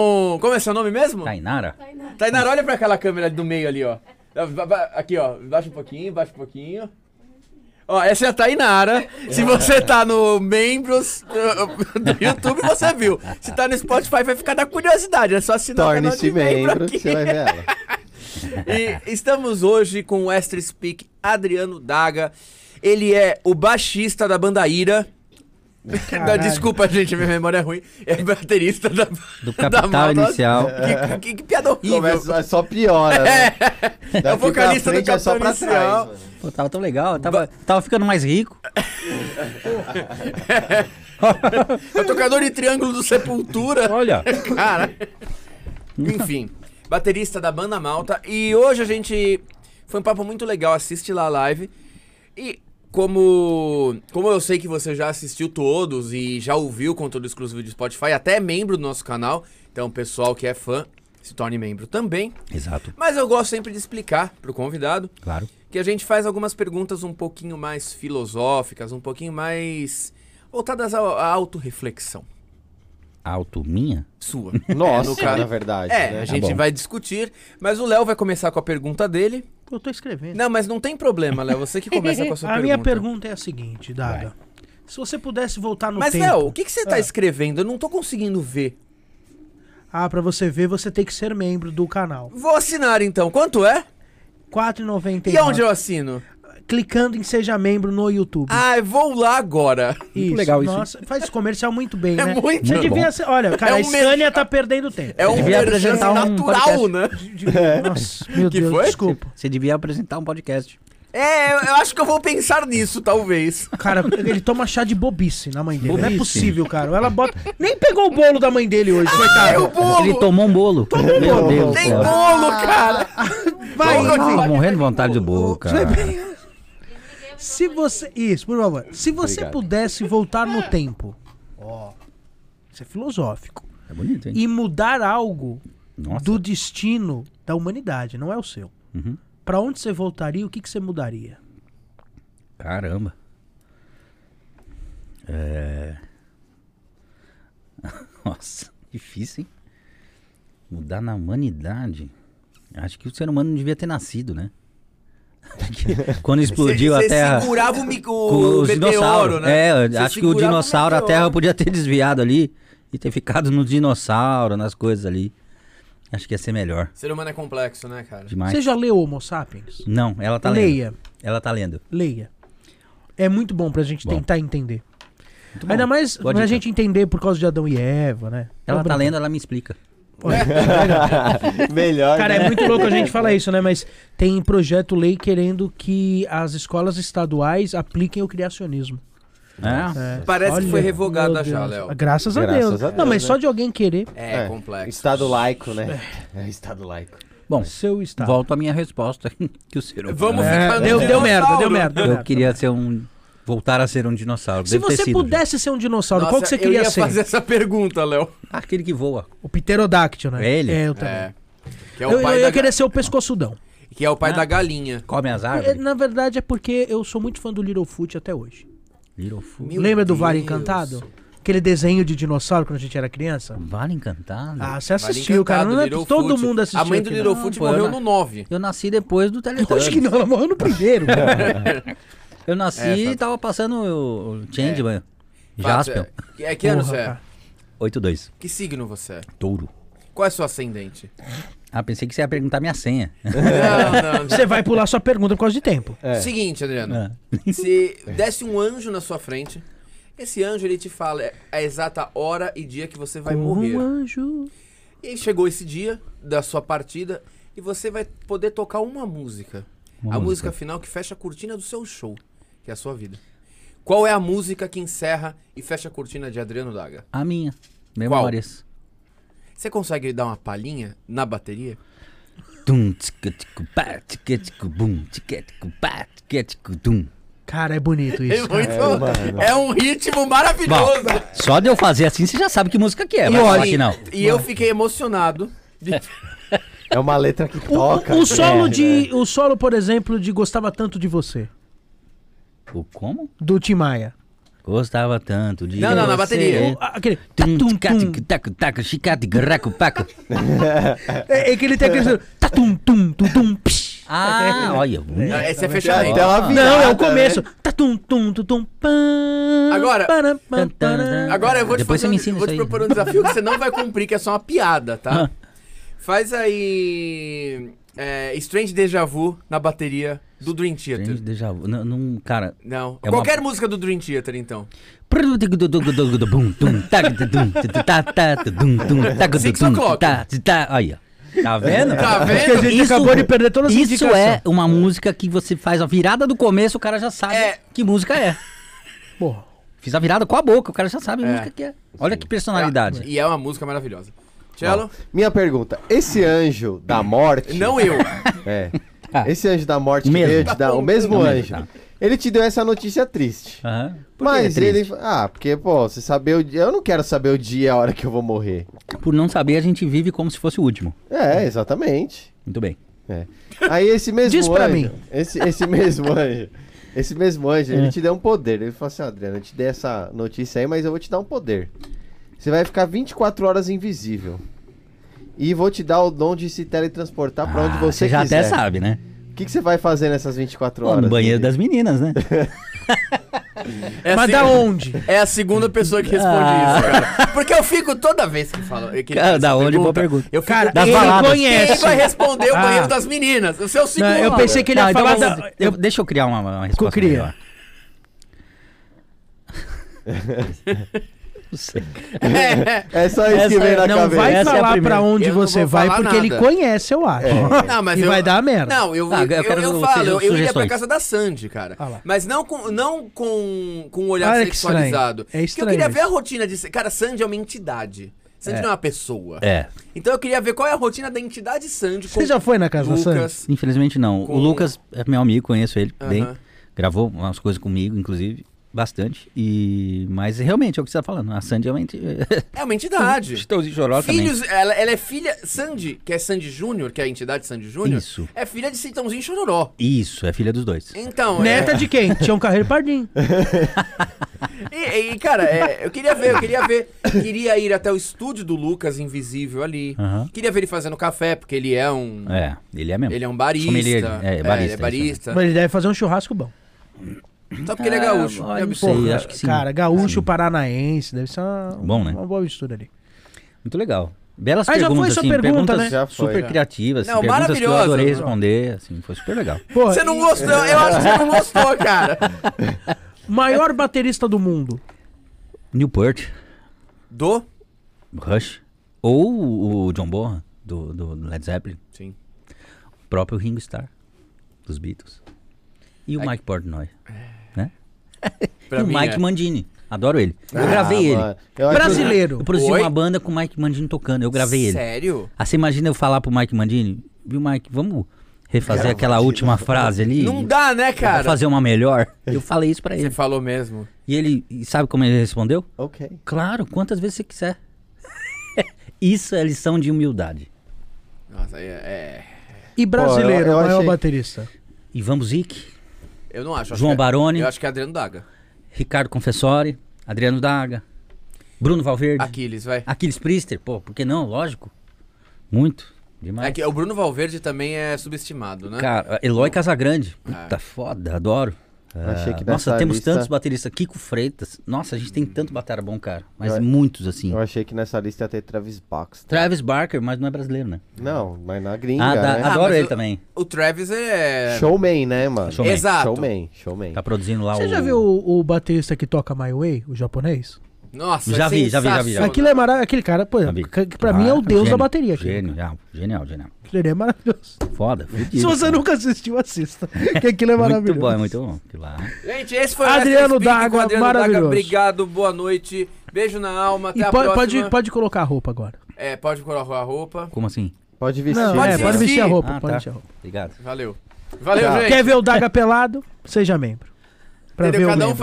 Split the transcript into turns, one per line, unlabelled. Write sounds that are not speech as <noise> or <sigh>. com. Como é seu nome mesmo?
Tainara?
Tainara, olha pra aquela câmera do meio ali, ó. Ba- ba- Aqui, ó. Baixa um pouquinho, baixa um pouquinho. Ó, essa é a Tainara. Se você tá no membros <laughs> uh, do YouTube, você viu. Se tá no Spotify, vai ficar da curiosidade. É só assinar
Torne-se
o canal de
membro,
aqui.
que você vai ver ela.
<laughs> E estamos hoje com o Extra Speak Adriano Daga. Ele é o baixista da banda Ira. Não, desculpa, gente, minha memória é ruim. É baterista da
Do
da
Capital
Maldade.
Inicial.
Que, que- que piada horrível.
Começa, é só piora,
<laughs>
né? Daqui
É o vocalista
pra frente
do
é só pra
Capital Inicial.
trás. mano.
Pô, tava tão legal, eu tava, tava ficando mais rico.
<laughs> É o tocador de triângulo do
<laughs>
Sepultura.
Olha,
Cara. Enfim, baterista da banda Malta. E hoje a gente. Foi um papo muito legal. Assiste lá a live. E como. Como eu sei que você já assistiu todos e já ouviu o conteúdo exclusivo de Spotify, até é membro do nosso canal. Então, o pessoal que é fã, se torne membro também.
<laughs> exato,
Mas eu gosto sempre de explicar pro convidado
claro.
que a gente faz algumas perguntas um pouquinho mais filosóficas, um pouquinho mais voltadas ao- à autorreflexão
Alto minha?
sua.
Nossa,
no caso-
na verdade.
É,
né?
a gente
bom.
vai discutir, mas o Léo vai começar com a pergunta dele.
Eu tô escrevendo.
Não, mas não tem problema, Léo, você que começa
<laughs>
com a
a
sua pergunta.
minha pergunta é a seguinte, Daga. Se você pudesse voltar no
Mas,
tempo...
Léo, o que, que você tá
Ah.
escrevendo? Eu não tô conseguindo ver.
Ah, pra você ver, você tem que ser membro do canal.
Vou assinar então. Quanto é?
R$4,99.
E onde eu assino?
Clicando em Seja Membro no YouTube.
Ah, eu vou lá agora.
muito legal isso, hein?
Nossa, faz esse comercial muito bem,
<laughs> É
né?
muito
Você
bom.
devia ser... Olha, cara,
É
a
um
Scania
merchan.
tá perdendo tempo.
É um
devia
merchan
apresentar um
natural,
podcast.
né?
Nossa, meu
Que
Deus,
foi?
desculpa.
Você devia apresentar um podcast.
É, eu, eu acho que eu vou pensar nisso, talvez.
Cara, ele toma chá de bobice na mãe dele. Não
Bobice?
é possível, cara. Ela bota... Nem pegou o bolo da mãe dele hoje, coitado.
É o
Ele
bolo!
tomou um bolo. Meu Deus do
Tem
céu.
bolo,
Ah.
cara!
Vai,
Bolo,
Rodrigo.
Ah, morrendo de vontade de bolo, cara.
Se você. Isso, por favor. Se você
Obrigado.
pudesse voltar no tempo. Ó. Isso é filosófico.
É bonito, hein?
E mudar algo
Nossa.
do destino da humanidade, não é o seu.
Uhum.
Pra onde você voltaria, o que, que você mudaria?
Caramba. É. <laughs> Nossa, difícil, hein? Mudar na humanidade. Acho que o ser humano não devia ter nascido, né? <laughs> Porque <laughs> quando explodiu
Cê-
a
cê
Terra.
segurava o, mico,
com
o meteoro,
dinossauros.
né?
É,
Cê
acho que o
segurava
dinossauro, a Terra
meteoro.
podia ter desviado ali e ter ficado no dinossauro, nas coisas ali. Acho que ia ser melhor.
Ser humano é complexo, né, cara?
Demais.
Você já leu Homo Sapiens?
Não, ela tá lendo.
leia,
Ela tá lendo.
leia. É muito bom pra gente
Bom.
tentar entender.
Muito bom.
Ainda mais
Boa
pra
dica.
gente entender por causa de Adão e Eva, né?
Ela
Tô
tá
brincando.
lendo, ela me explica.
Melhor,
Cara,
né?
é muito louco a gente falar isso, né? Mas tem projeto lei querendo que as escolas estaduais apliquem o criacionismo.
É.
É.
Parece que foi
Olha,
revogada
meu
já,
Deus.
Léo.
Graças a
Graças
Deus.
a
Não,
Deus,
mas
né?
só de alguém querer
É, complexo.
Estado laico, né? É, estado laico.
Bom,
seu estado.
volto à minha resposta. <laughs> que o ser humano. né?
Vamos
É,
ficar no
deu, deu
dinossauro.
merda, deu merda. deu
Eu
merda.
queria ser um. voltar a ser um dinossauro.
Se
Deve ter
você
sido,
pudesse ser um dinossauro,
Nossa,
qual que você
eu
queria
ia
ser?
fazer essa pergunta, Léo.
já. Aquele que voa.
O pterodáctilo, né?
É ele?
É, eu também.
É. Que é
Eu,
o
eu,
pai,
eu
da,
ia querer ser o pescoçudão.
ga- que é o pai
Ah.
da galinha.
Come as
É,
árvores.
Na verdade, é porque eu sou muito fã do Littlefoot até hoje.
Little Foot.
Meu
Lembra do Vale
Deus.
Encantado? Aquele desenho de dinossauro quando a gente era criança?
Vale encantado.
Ah, você
Vale
assistiu, cara.
Encantado,
Não é-
Littlefoot.
todo mundo assistiu.
A mãe do
aquilo.
Littlefoot
Não, pô,
morreu
não.
no 9.
Eu nasci depois do Teletubbies.
Acho que não, ela morreu no primeiro.
<laughs>
Eu nasci
É, tá-
e tava passando o o Changeman. Jaspion.
É, é que ano
Porra,
você é?
cara.
8-2.
Que signo você é?
Touro.
Qual é seu
<laughs>
ascendente?
Ah, pensei que você ia perguntar
<laughs>
minha senha.
não, não.
Você vai pular sua pergunta por causa de tempo.
É.
Seguinte, Adriano.
Ah,
Se desse um anjo na sua frente, esse anjo ele te fala "É a exata hora e dia que você vai
Como
morrer.
um
Uhum.
anjo.
E aí chegou esse dia da sua partida e você vai poder tocar uma música.
Uma
a música.
música.
final que fecha a cortina do seu show, que é a sua vida. Qual é a música que encerra e fecha a cortina de Adriano Daga?
a minha. Memórias.
Você consegue dar uma palhinha na bateria?
Tum, tica, tica, pá, tica, tica, bum, tica, tica, pá, tica, tica, tum.
Cara, é bonito
<laughs>
isso. cara.
mano.
é um ritmo maravilhoso.
Só de eu fazer assim, você já sabe que música que é.
E
Vai falar
olha,
que não.
E eu fiquei emocionado.
É uma letra que
O-
toca.
o, o solo
É,
de.
né?
O solo, por exemplo, de Gostava Tanto de Você,
O como?
do Tim Maia.
Gostava tanto de.
Não, não, na
você.
bateria.
Ah, Aquele.
Tum,
Tatum, tum.
tic, tac, tac, chicate, graco,
<laughs>
paco.
É, é que ele tem aquele. Tatum, tum, tum, tum, psh.
Ah, olha.
Ah, Esse é
Tem
fechamento.
até uma virada,
Não, é o
né?
começo. Tatum, tum, tum, tum, pam.
Agora-
param, pam, param.
Agora eu vou te,
Depois
fazer
você me
um-
ensina
vou te
isso aí.
propor um desafio que você não vai cumprir, que é só uma piada, tá?
Ah.
Faz aí. é, Strange Deja Vu na bateria do Dream Theater.
Gente, déjà vu. Não, não, cara.
Não.
É uma-
Qualquer música do Dream Theater, então.
Bum, tum, tac, tudum, tutu, tá, tá, tudum, tum, tac,
Six
tudum,
o'clock.
tá, tá, Olha. Tá vendo?
Tá
Acho que a
vendo?
gente acabou de perder todas as
Isso
indicações.
é uma música que você faz a virada do começo, o cara já sabe
É.
que música é.
Porra.
Fiz a virada com a boca, o cara já sabe a
É.
música que é. Olha que personalidade.
E é uma música maravilhosa. Cello?
Minha pergunta, esse anjo da morte...
Não eu.
É. Esse anjo da morte
O
que
mesmo.
veio te dar, o mesmo
O mesmo,
anjo, ele te deu essa notícia triste.
Aham. Por que
Mas
é triste?
ele... Ah, porque, pô, você saber o dia... Eu não quero saber o dia e a hora que eu vou morrer.
Por não saber, a gente vive como se fosse o último.
É, exatamente.
Muito bem.
É. Aí esse mesmo
Diz pra
anjo,
mim.
Esse, esse mesmo anjo, esse mesmo anjo,
É.
ele te deu um poder. Ele falou assim, "Ó, Adriano, eu te dei essa notícia aí, mas eu vou te dar um poder. Você vai ficar 24 horas invisível. E vou te dar o dom de se teletransportar pra onde
Ah,
você,
já
quiser.
até sabe, né?
O que, que você vai fazer nessas 24
Pô,
horas?
no banheiro das
Adriano?
meninas, né?
É a
Mas
se-
da
um.
onde?
É a segunda pessoa que responde isso, cara. Porque eu fico toda vez que falo. Que
Ah. Cara, da
essa
onde? Boa pergunta.
Eu fico,
Cara,
Das
ele
baladas.
quem
conhece.
vai responder o
Ah.
banheiro das meninas? O seu segundo.
Não, eu pensei que ele ia
Não, então
falar
vamos-
da-
eu- deixa eu criar uma, uma resposta
Cria.
melhor. Não sei.
<laughs> É.
É só isso que
Essa
vem na
não
cabeça.
vai
Essa é a
falar
primeira.
pra onde
Eu não
você
vou
vai,
falar
porque ele
nada. É.
conhees, eu acho.
<laughs>
<laughs>
Não, mas
e
eu-
vai dar merda.
Não, eu,
Ah, eu
eu,
quero
eu
vocês-
falo, eu, eu ia pra
sugestões.
casa da Sandy, cara.
Ah lá.
mas não com, não com, com um olhar
Olha que estranho.
sexualizado.
É
Porque eu
estranho
queria
isso.
ver a rotina de. Cara, Sandy é uma entidade. Sandy não é uma pessoa.
É.
Então eu queria ver qual é a rotina da entidade Sandy.
Você já foi na casa da Sandy?
Sandy?
Infelizmente não.
Com-
O Lucas é meu amigo, conheço ele
Aham.
bem. Gravou umas coisas comigo, inclusive, bastante. E... Mas realmente é o que você tá falando. A Sandy é uma enti- <laughs>
É uma entidade.
Chitãozinho e Choró também.
Filhos, ela, ela é filha. Sandy, que é Sandy Júnior, que é a entidade Sandy Júnior,
Isso.
é filha de Citãozinho e Chororó.
Isso, é filha dos dois.
Então, é-
Neta de quem? <laughs> Tinha um carreiro pardinho.
E, e, cara, é, eu queria ver, eu queria ver. Queria ir até o estúdio do Lucas Invisível ali.
Aham.
Queria ver ele fazendo café, porque ele é um.
É, ele é mesmo.
Ele é um barista.
Sommelier, é, barista,
ele é
isso,
barista.
Mas ele deve fazer um churrasco bom.
Só porque ele é gaúcho.
Ah,
É um
não
absurdo.
Sei, acho que sim.
Cara, gaúcho,
Sim.
paranaense, deve ser uma,
Bom, né?
uma boa mistura ali.
um
Muito legal. Belas
Ah, já foi
perguntas,
sua
assim,
pergunta,
perguntas
né?
Já foi,
super
já.
criativas, assim,
Não,
perguntas que eu
maravilhosa.
adorei responder, assim, foi super legal.
Porra,
Você não
e-
gostou, eu acho que você não gostou, cara.
Maior baterista do mundo.
Newport,
Do?
Rush, ou o John Bonham, do, do Led Zeppelin,
Sim.
o próprio Ringo Starr, dos Beatles, e o
Ai.
Mike Portnoy,
Pra
e o
mim,
Mike
é.
Mandini, adoro ele. Eu
Ah,
gravei ele,
mano. Eu acho-
Brasileiro.
eu produzi
Oi?
uma banda com o Mike Mandini tocando, eu gravei ele.
Sério?
Aí você imagina eu falar pro Mike Mandini, viu Mike, vamos refazer aquela última frase ali?
Não dá, né,
Pra
cara?
fazer uma
<laughs>
melhor? Eu falei isso pra
Você
ele.
falou mesmo.
E ele, e sabe como ele respondeu?
Ok.
Claro, quantas vezes você quiser. <laughs> isso é lição de humildade.
Nossa, é. é-
E brasileiro,
Pô, eu- eu
maior
achei-
baterista.
Ivan Buzik,
Eu não acho. acho
João
que é-
Baroni,
Eu acho que é Adriano Daga.
Ricardo Confessori, Adriano Daga, Bruno Valverde,
Aquiles, vai.
Aquiles Priester, pô, por que não? Lógico. Muito. Demais.
É que o Bruno Valverde também é subestimado, né?
Cara, Eloy Casagrande. Puta foda, adoro.
É.
Ah,
Achei que
Nossa,
dessa
temos
lista-
tantos bateristas. Kiko Freitas. Nossa, a gente tem tanto batera bom, cara. Mas
Eu-
muitos, assim.
Eu achei que nessa lista ia ter Travis Baxter.
Travis Barker, mas não é brasileiro, né?
Não, mas na gringa,
ah, da-
né?
Ah,
adoro
mas
ele
eu-
também.
O Travis é.
Showman, né, mano?
Showman.
Exato.
Showman, showman.
Tá produzindo lá o...
Você já viu o, o baterista que toca My Way, o japonês?
Nossa,
Já
é
vi, já vi, já vi, já vi.
Aquilo é maravilhoso. Aquele cara, pô,
Já vi.
que que pra mim é o
Ah,
deus da
gênio,
bateria. Aqui.
Gênio, já, genial, genial.
Ele é maravilhoso.
Foda, fudido.
Se você
cara.
nunca
<laughs>
assistiu, assista. Que aquilo é
Muito
maravilhoso.
bom, é muito bom. Aquilo lá.
Gente, esse foi o
Adriano
Extra Speak com
Daga,
o Adriano Daga.
maravilhoso.
Obrigado, boa noite. Beijo na alma, até
E
a
pode,
próxima.
pode, pode colocar a roupa agora.
É, pode colocar a roupa.
Como assim?
Pode vestir. né?
Não,
Pode
é, pode
vestir.
vestir a roupa.
Ah,
pode
tá.
vestir a roupa.
Obrigado.
Valeu. Valeu,
Tchau.
gente.
Quer ver o Daga pelado? Seja membro. Pra
Entendeu?
ver o
Cada um
membro.